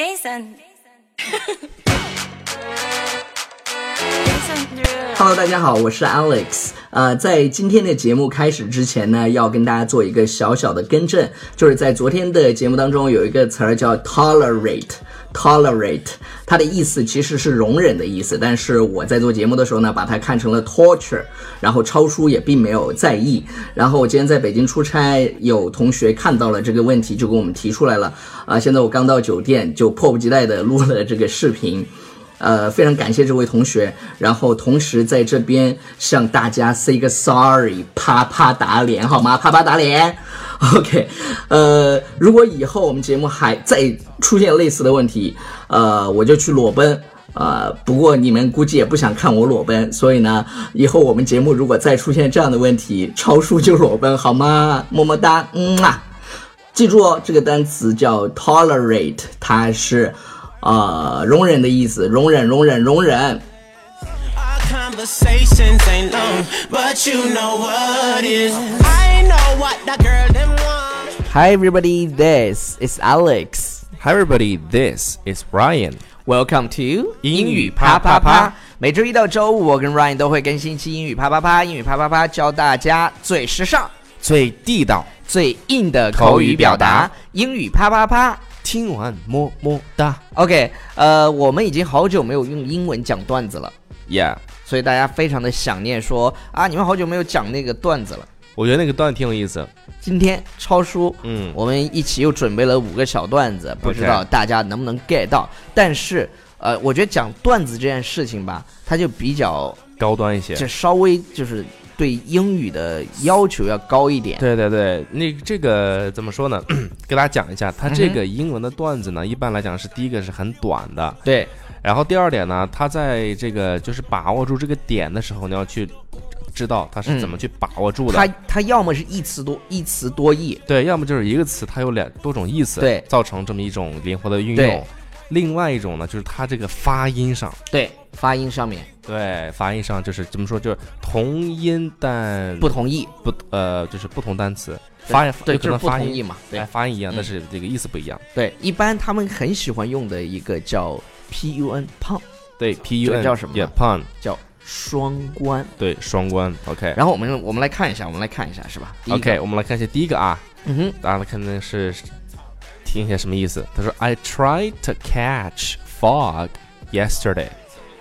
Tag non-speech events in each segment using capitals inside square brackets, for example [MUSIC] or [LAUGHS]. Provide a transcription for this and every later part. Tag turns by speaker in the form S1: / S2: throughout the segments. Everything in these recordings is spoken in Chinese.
S1: Jason。
S2: Hello，大家好，我是 Alex。呃，在今天的节目开始之前呢，要跟大家做一个小小的更正，就是在昨天的节目当中有一个词儿叫 tolerate。tolerate，它的意思其实是容忍的意思，但是我在做节目的时候呢，把它看成了 torture，然后超叔也并没有在意。然后我今天在北京出差，有同学看到了这个问题，就跟我们提出来了。啊、现在我刚到酒店，就迫不及待的录了这个视频。呃，非常感谢这位同学，然后同时在这边向大家 say 个 sorry，啪啪打脸好吗？啪啪打脸。OK，呃，如果以后我们节目还再出现类似的问题，呃，我就去裸奔。呃，不过你们估计也不想看我裸奔，所以呢，以后我们节目如果再出现这样的问题，超叔就裸奔好吗？么么哒，嗯啊。记住哦，这个单词叫 tolerate，它是呃容忍的意思，容忍，容忍，容忍。
S3: Our conversations ain't long, but you know what is. I know what that girl them want.
S2: Hi everybody, this is Alex.
S4: Hi everybody, this is Ryan。
S2: Welcome to
S4: 英语啪啪啪。
S2: 每周一到周五，我跟 Ryan 都会更新一期英语啪啪啪。英语啪啪啪教大家最时尚、
S4: 最地道，
S2: 最硬的口语表达。英语啪啪啪。
S4: 听完么么哒。
S2: OK，呃，我们已经好久没有用英文讲段子了，
S4: Yeah，
S2: 所以大家非常的想念说啊，你们好久没有讲那个段子了。
S4: 我觉得那个段子挺有意思。
S2: 今天超叔，
S4: 嗯
S2: 我们一起又准备了五个小段子，不知
S4: OK
S2: 道大家能不能 get 到。但是，呃，我觉得讲段子这件事情吧，它就比较
S4: 高端一些。
S2: 就稍微就是对英语的要求要高一点。
S4: 对对对，那这个怎么说呢？ [CLEARS THROAT] 给大家讲一下，它这个英文的段子呢，一般来讲是第一个是很短的，
S2: 对
S4: 然后第二点呢，它在这个就是把握住这个点的时候，你要去知道它是怎么去把握住的。
S2: 它它要么是一词多一词多义，
S4: 对，要么就是一个词它有两多种意思，
S2: 对
S4: 造成这么一种灵活的运
S2: 对
S4: 用。另外一种呢，就是它这个发音上，
S2: 对发音上面
S4: 对，发音上就是怎么说，就是同音但
S2: 不同意，
S4: 不呃，就是不同单词，嗯发音
S2: 对
S4: 有可
S2: 就是
S4: 能
S2: 不
S4: 发
S2: 同意
S4: 音
S2: 嘛。
S4: 哎
S2: 对
S4: 发音一样，
S2: 嗯
S4: 但是这个意思不一样。
S2: 对，一般他们很喜欢用的一个叫 pun 胖
S4: 对，P U
S2: 哦这
S4: N
S2: 叫什么呢
S4: y p u n
S2: 叫双关。
S4: 对，双关。OK
S2: 然后我们我们来看一下，我们来看一下是吧第一个
S4: OK，我们来看一下第一个啊，
S2: 嗯哼。
S4: 大家来看的是听一下什么意思。他说，I tried to catch fog yesterday，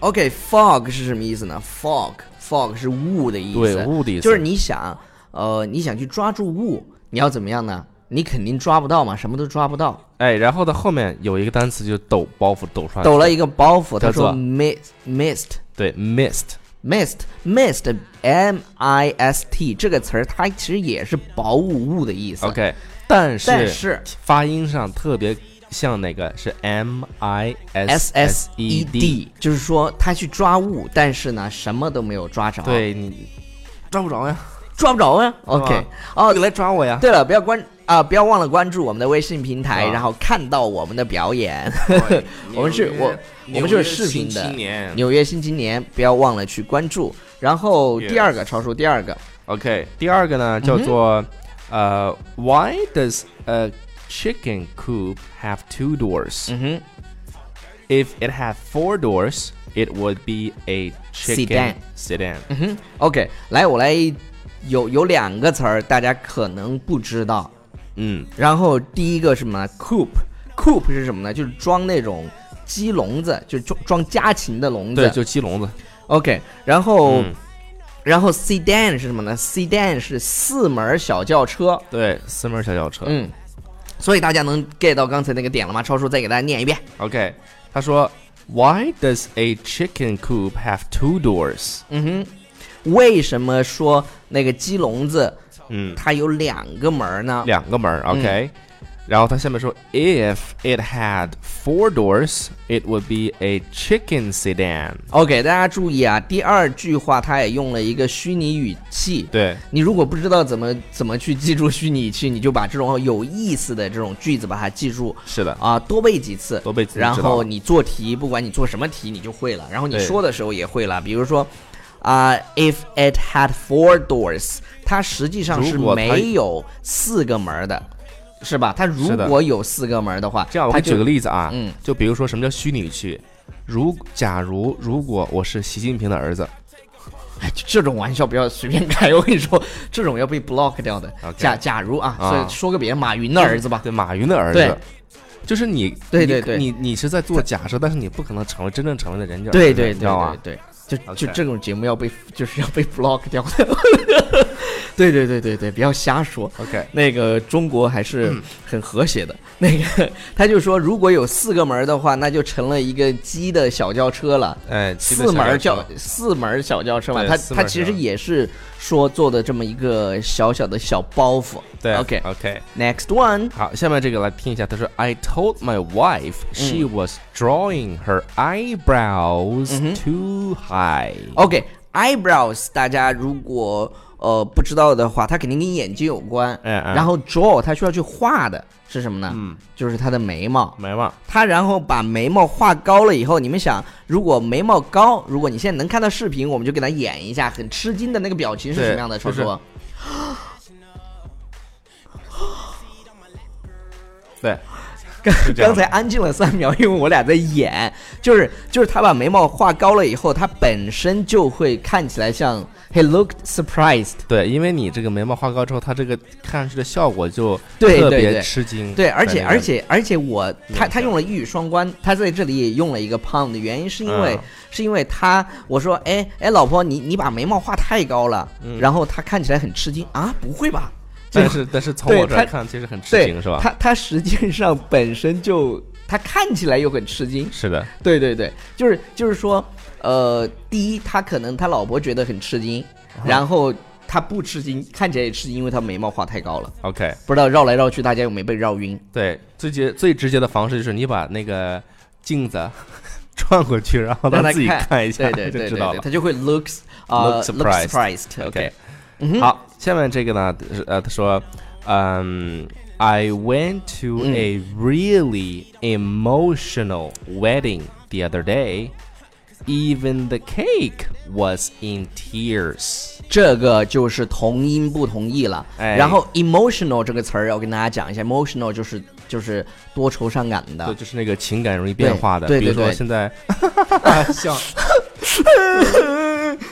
S2: OK，fog、是什么意思呢？fog fog 是雾的意思，
S4: 对，雾的意思，
S2: 就是你想，呃，你想去抓住雾，你要怎么样呢？你肯定抓不到嘛，什么都抓不到。
S4: 哎，然后呢后面有一个单词就是抖包袱抖出来，
S2: 抖了一个包袱，他
S4: 叫做
S2: 说 mist mist
S4: 对，mist，
S2: mist mist m i s t 这个词儿，它其实也是薄雾雾的意思。
S4: OK，但是
S2: 但是
S4: 发音上特别像哪个是 M I
S2: S
S4: S
S2: S E
S4: E
S2: D 就是说他去抓雾，但是呢什么都没有抓着，，啊
S4: 对你抓不着呀，
S2: 抓不着呀。OK，哦
S4: 你，来抓我呀。
S2: 对了，不要关啊、不要忘了关注我们的微信平台，
S4: 啊
S2: 然后看到我们的表演。 [LAUGHS] 我们是我我们就是视频的
S4: 年
S2: 纽约新青年，不要忘了去关注。然后
S4: Yes
S2: 第二个，超叔第二个
S4: OK，第二个呢叫做呃，Why does a chicken coop have two doors?
S2: 嗯
S4: If it had four doors, it would be a
S2: Sedan Mm-hmm
S4: chicken sedan.
S2: ，OK，来我来有有两个词儿大家可能不知道，
S4: 嗯，
S2: 然后第一个是什么呢？coop，coop 是什么呢？就是装那种鸡笼子，就是装装家禽的笼
S4: 对，
S2: 子。
S4: 就鸡笼子。
S2: OK，然后、
S4: 嗯
S2: 然后 sedan 是什么呢？sedan 是四门小轿车。
S4: 对，四门小轿车。
S2: 嗯，所以大家能 get 到刚才那个点了吗？超叔再给大家念一遍。
S4: OK，他说，Why does a chicken coop have two doors？
S2: 嗯为什么说那个鸡笼子
S4: 嗯，
S2: 它有两个门儿呢？
S4: 两个门儿。OK，、然后他下面说，If it had four doors, it would be a chicken sedan。
S2: OK，大家注意啊，第二句话它也用了一个虚拟语气。
S4: 对，
S2: 你如果不知道怎么怎么去记住虚拟语气，你就把这种有意思的这种句子把它记住
S4: 是的，
S2: 啊，多背几次，
S4: 多背几次
S2: 然
S4: 知道
S2: 后
S4: 了
S2: 你做题，不管你做什么题，你就会了。然后你
S4: 对
S2: 说的时候也会了，比如说啊、i f it had four doors，它实际上是
S4: 如果它
S2: 没有四个门儿的。是吧？它如
S4: 是的
S2: 果有四个门儿的话，
S4: 这样，我
S2: 它
S4: 给你
S2: 就
S4: 举个例子啊，
S2: 嗯，
S4: 就比如说什么叫虚拟区？如假如如果我是习近平的儿子，
S2: 哎就这种玩笑不要随便开，我跟你说，这种
S4: [LAUGHS]
S2: 要被 block 掉的。
S4: OK
S2: 假假如啊，
S4: 啊
S2: 所以说个别人，马云的儿子吧，
S4: 对，马云的儿
S2: 啊对
S4: 子，就是你，
S2: 对
S4: 你
S2: 对对
S4: 你你是在做假设，但是你不可能成为真正成为的人家儿子，
S2: 对对
S4: 你
S2: 对
S4: 知道吧
S2: 对？对，就
S4: OK
S2: 就这种节目要被 [LAUGHS] 就是要被 block 掉的。 [LAUGHS] 对对对对对，不要瞎说。
S4: OK，
S2: 那个中国还是
S4: 嗯
S2: 很和谐的。 [LAUGHS] 那个他就说，如果有四个门儿的话，那就成了一个鸡的小轿车了。
S4: 哎，骑的
S2: 四门儿
S4: 小
S2: 轿
S4: 轿车，
S2: 四门儿小轿车嘛，
S4: 对
S2: 他
S4: 四
S2: 他
S4: 门儿
S2: 其
S4: 小
S2: 实
S4: 轿
S2: 也是说做的这么一个小小的小包袱。
S4: 对
S2: OK
S4: OK。
S2: next one，
S4: 好，下面这个来听一下，他说：“I told my wife she
S2: 嗯
S4: was drawing her eyebrows
S2: 嗯
S4: too high。
S2: 哦 OK，eyebrows，、大家如果呃不知道的话，它肯定跟眼睛有关。
S4: 哎哎
S2: 然后 draw 它需要去画的是什么呢？嗯，就是它的眉毛。
S4: 眉毛，
S2: 它然后把眉毛画高了以后，你们想，如果眉毛高，如果你现在能看到视频，我们就给它演一下，很吃惊的那个表情是
S4: 对
S2: 什么样的？啊
S4: 就
S2: 传
S4: 是
S2: 说
S4: 对，这
S2: 刚
S4: 样
S2: 才安静了三秒，因为我俩在演，就是就是他把眉毛画高了以后，他本身就会看起来像 he looked surprised。
S4: 对，因为你这个眉毛画高之后，它这个看上去的效果就
S2: 对
S4: 特
S2: 对
S4: 别
S2: 对
S4: 吃惊。
S2: 对，而且
S4: 在那个
S2: 而且而且我他
S4: 影
S2: 他
S4: 响
S2: 用了一语双关，他在这里也用了一个 pound 的原因是因为、
S4: 嗯
S2: 是因为他我说哎哎老婆你你把眉毛画太高了，然后他看起来很吃惊啊不会吧？
S4: 嗯
S2: [LAUGHS]
S4: 但是但是从
S2: 对
S4: 我这
S2: 他
S4: 儿看，其实很吃
S2: 对
S4: 惊，是吧？
S2: 他他实际上本身就他看起来又很吃惊，
S4: 是的，
S2: 对对对，就是就是说，呃，第一，他可能他老婆觉得很吃惊，
S4: 啊
S2: 然后他不吃惊，看起来也吃惊，因为他眉毛画太高了。
S4: OK，
S2: 不知道绕来绕去，大家有没有被绕晕？
S4: 对，最直最直接的方式就是你把那个镜子 [LAUGHS] 转过去，然后
S2: 让
S4: 他自己看一下，
S2: 对对对
S4: [LAUGHS] 就
S2: 对
S4: 知道
S2: 对，
S4: 了。
S2: 他就会 looks 啊
S4: Look surprised
S2: surprised。
S4: OK，好，嗯下面这个呢，是呃，他说，嗯。I went to
S2: 嗯
S4: a really emotional wedding the other day. Even the cake was in tears.
S2: 这个就是同音不同义了。
S4: 哎
S2: 然后 emotional 这个词儿要跟大家讲一下，emotional 就是就是多愁善感的
S4: 对，，就是那个情感容易变
S2: 对
S4: 化的，
S2: 对
S4: 比如
S2: 对
S4: 说
S2: 对
S4: 现 [LAUGHS] 在像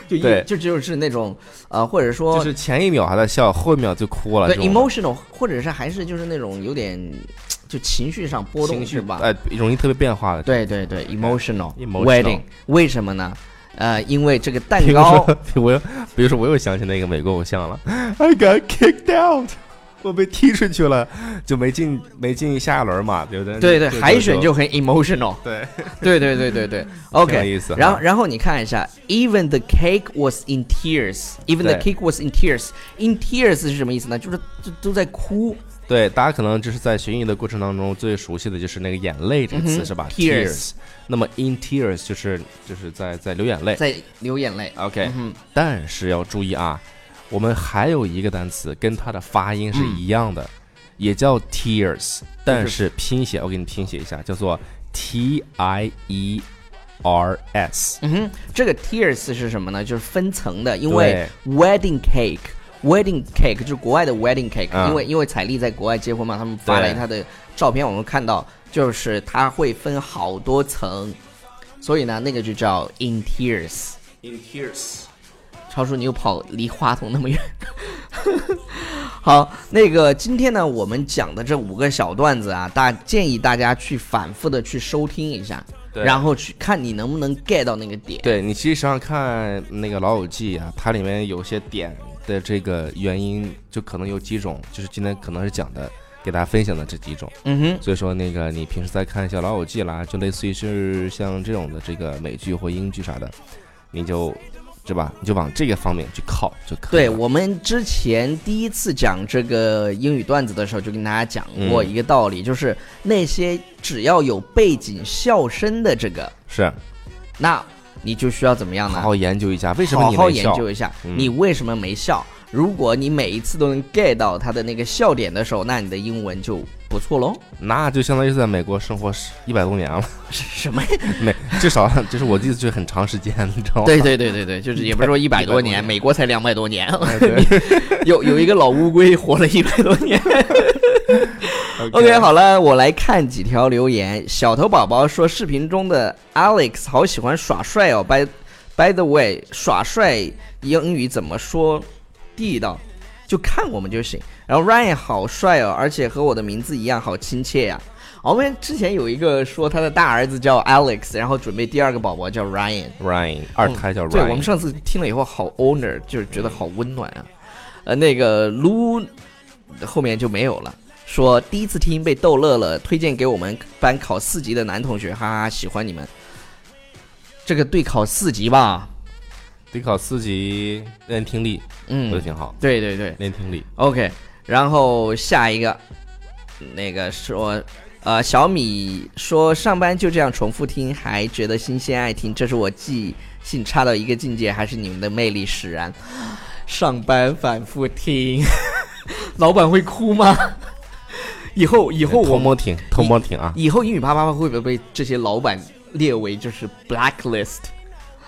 S2: 就一
S4: 对
S2: 就就是那种呃，或者说
S4: 就是前一秒还在笑，后一秒就哭了，
S2: 对
S4: 这种
S2: emotional，或者是还是就是那种有点就情绪上波动
S4: 情绪
S2: 是吧？
S4: 哎、容易特别变化的。
S2: 对对对，emotional
S4: Emotional
S2: wedding，为什么呢？呃，因为这个蛋
S4: [LAUGHS] 比如
S2: 糕
S4: 说，我又，比如说，我又想起那个美国偶像了，I [LAUGHS] got kicked out，我被踢出去了，就没进没进下一轮嘛，对不 [LAUGHS] 对？
S2: 对对海选就很 emotional，
S4: 对，
S2: [LAUGHS] 对对对对对
S4: 挺有
S2: ，OK
S4: 意思哈。
S2: 然后然后你看一下，even the cake was in tears，even the
S4: 对
S2: cake was in tears，in tears 是什么意思呢？就是都都在哭，
S4: [LAUGHS] 对，大家可能就是在寻艺的过程当中最熟悉的就是那个眼泪这个
S2: 嗯
S4: 词、
S2: 哼
S4: 是吧
S2: tears
S4: 那么 in tears 就是就是在在流眼泪。
S2: 在流眼泪。
S4: OK，、但嗯是要注意啊，我们还有一个单词跟它的发音是一样的，也叫 tears，但是拼写我给你拼写一下，叫做 t i e r s。
S2: 嗯哼，这个 tears 是什么呢？就是分层的，因为 wedding cake。Wedding cake 就是国外的 wedding cake，、
S4: 嗯
S2: 因为因为彩丽在国外结婚嘛，他们发了
S4: 对
S2: 她的照片，我们看到就是它会分好多层，所以呢，那个就叫 in tears。
S4: In tears，
S2: 超叔，你又跑离话筒那么远。 [LAUGHS] 好，那个今天呢，我们讲的这五个小段子啊，大建议大家去反复的去收听一下，
S4: 对
S2: 然后去看你能不能 get 到那个点。
S4: 对你其实想想看那个《老友记》啊，它里面有些点的这个原因，就可能有几种，就是今天可能是讲的。给大家分享的这几种，
S2: 嗯哼。
S4: 所以说那个你平时在看一下《老友记》啦，就类似于是像这种的这个美剧或英剧啥的，你就是吧，你就往这个方面去靠就可以
S2: 对
S4: 了。
S2: 我们之前第一次讲这个英语段子的时候，就跟大家讲过
S4: 嗯
S2: 一个道理，就是那些只要有背景笑声的这个，
S4: 是
S2: 那你就需要怎么样呢？
S4: 好好研究一下为什么
S2: 好
S4: 你
S2: 好
S4: 没
S2: 研
S4: 笑。
S2: 究一下，
S4: 嗯
S2: 你为什么没笑？如果你每一次都能 get 到他的那个笑点的时候，那你的英文就不
S5: 不错喽。
S4: 那就相当于是在美
S2: [LAUGHS]
S4: 国生活一百多年了， [LAUGHS]
S2: 什么？
S4: 美至少就是我的意思，就是很长时间，你知道
S2: [LAUGHS]
S4: 吗？
S2: 对对对对对，就是也不是说一百多
S4: 100多
S2: 年，
S4: 年
S2: 美国才两百多年， [LAUGHS]
S4: 哎 [LAUGHS] 对
S2: 有有一个老乌龟活了一百多年。
S4: OK，
S2: OK，好了，我来看几条留言。小头宝宝说，视频中的 Alex 好喜欢耍帅哦。By By the way，耍帅英语怎么说地道？就看我们就行。然后 Ryan 好帅哦，而且和我的名字一样，好亲切呀、哦我们之前有一个说他的大儿子叫 Alex，然后准备第二个宝宝叫 Ryan。
S4: Ryan 二胎叫
S2: 嗯
S4: Ryan，
S2: 对我们上次听了以后好 owner，就是觉得好温暖啊。呃，那个 Lu 后面就没有了，说第一次听被逗乐了，推荐给我们班考四级的男同学，哈哈，喜欢你们。这个对考四级吧，
S4: 得考四级练听力，我觉
S2: 嗯，
S4: 得挺好，
S2: 对对对
S4: 练听力。
S2: ，OK。然后下一个，那个说。呃，小米说上班就这样重复听，还觉得新鲜爱听，这是我记性差到一个境界，还是你们的魅力使然？上班反复听， [LAUGHS] 老板会哭吗？ [LAUGHS] 以后以后
S4: 偷
S2: 我们
S4: 摸听，偷摸听啊，
S2: 以后英语啪啪啪会不会被这些老板列为就是 blacklist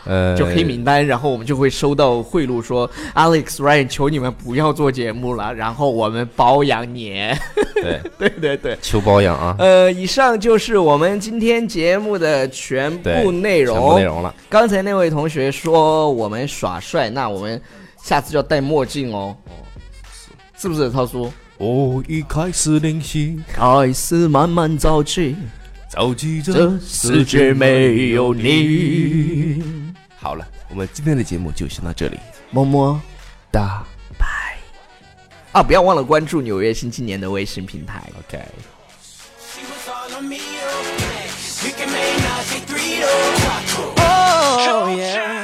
S4: 呃，
S2: 就黑名单？然后我们就会收到贿赂说 Alex Ryan 求你们不要做节目了，然后我们包养你。 [LAUGHS]
S4: 对，
S2: 对对对。
S4: 求包养啊，
S2: 呃，以上就是我们今天节目的全呃部
S4: 对，
S2: 内
S4: 全部
S2: 容。
S4: 内容了，
S2: 刚才那位同学说我们耍帅，那我们下次就要戴墨镜哦，是不是，涛叔？
S4: 我已哦开始练习，
S2: 开始慢慢早起，
S4: 早记着
S2: 这世界没有你。
S4: 好了，我们今天的节目就先到这里，
S2: 么么
S4: 哒
S2: 啊！不要忘了关注纽约新青年的微信平台。
S4: ，OK。
S3: She was all on me, oh. We can make Nazi three, oh. Quattro.
S2: Oh yeah.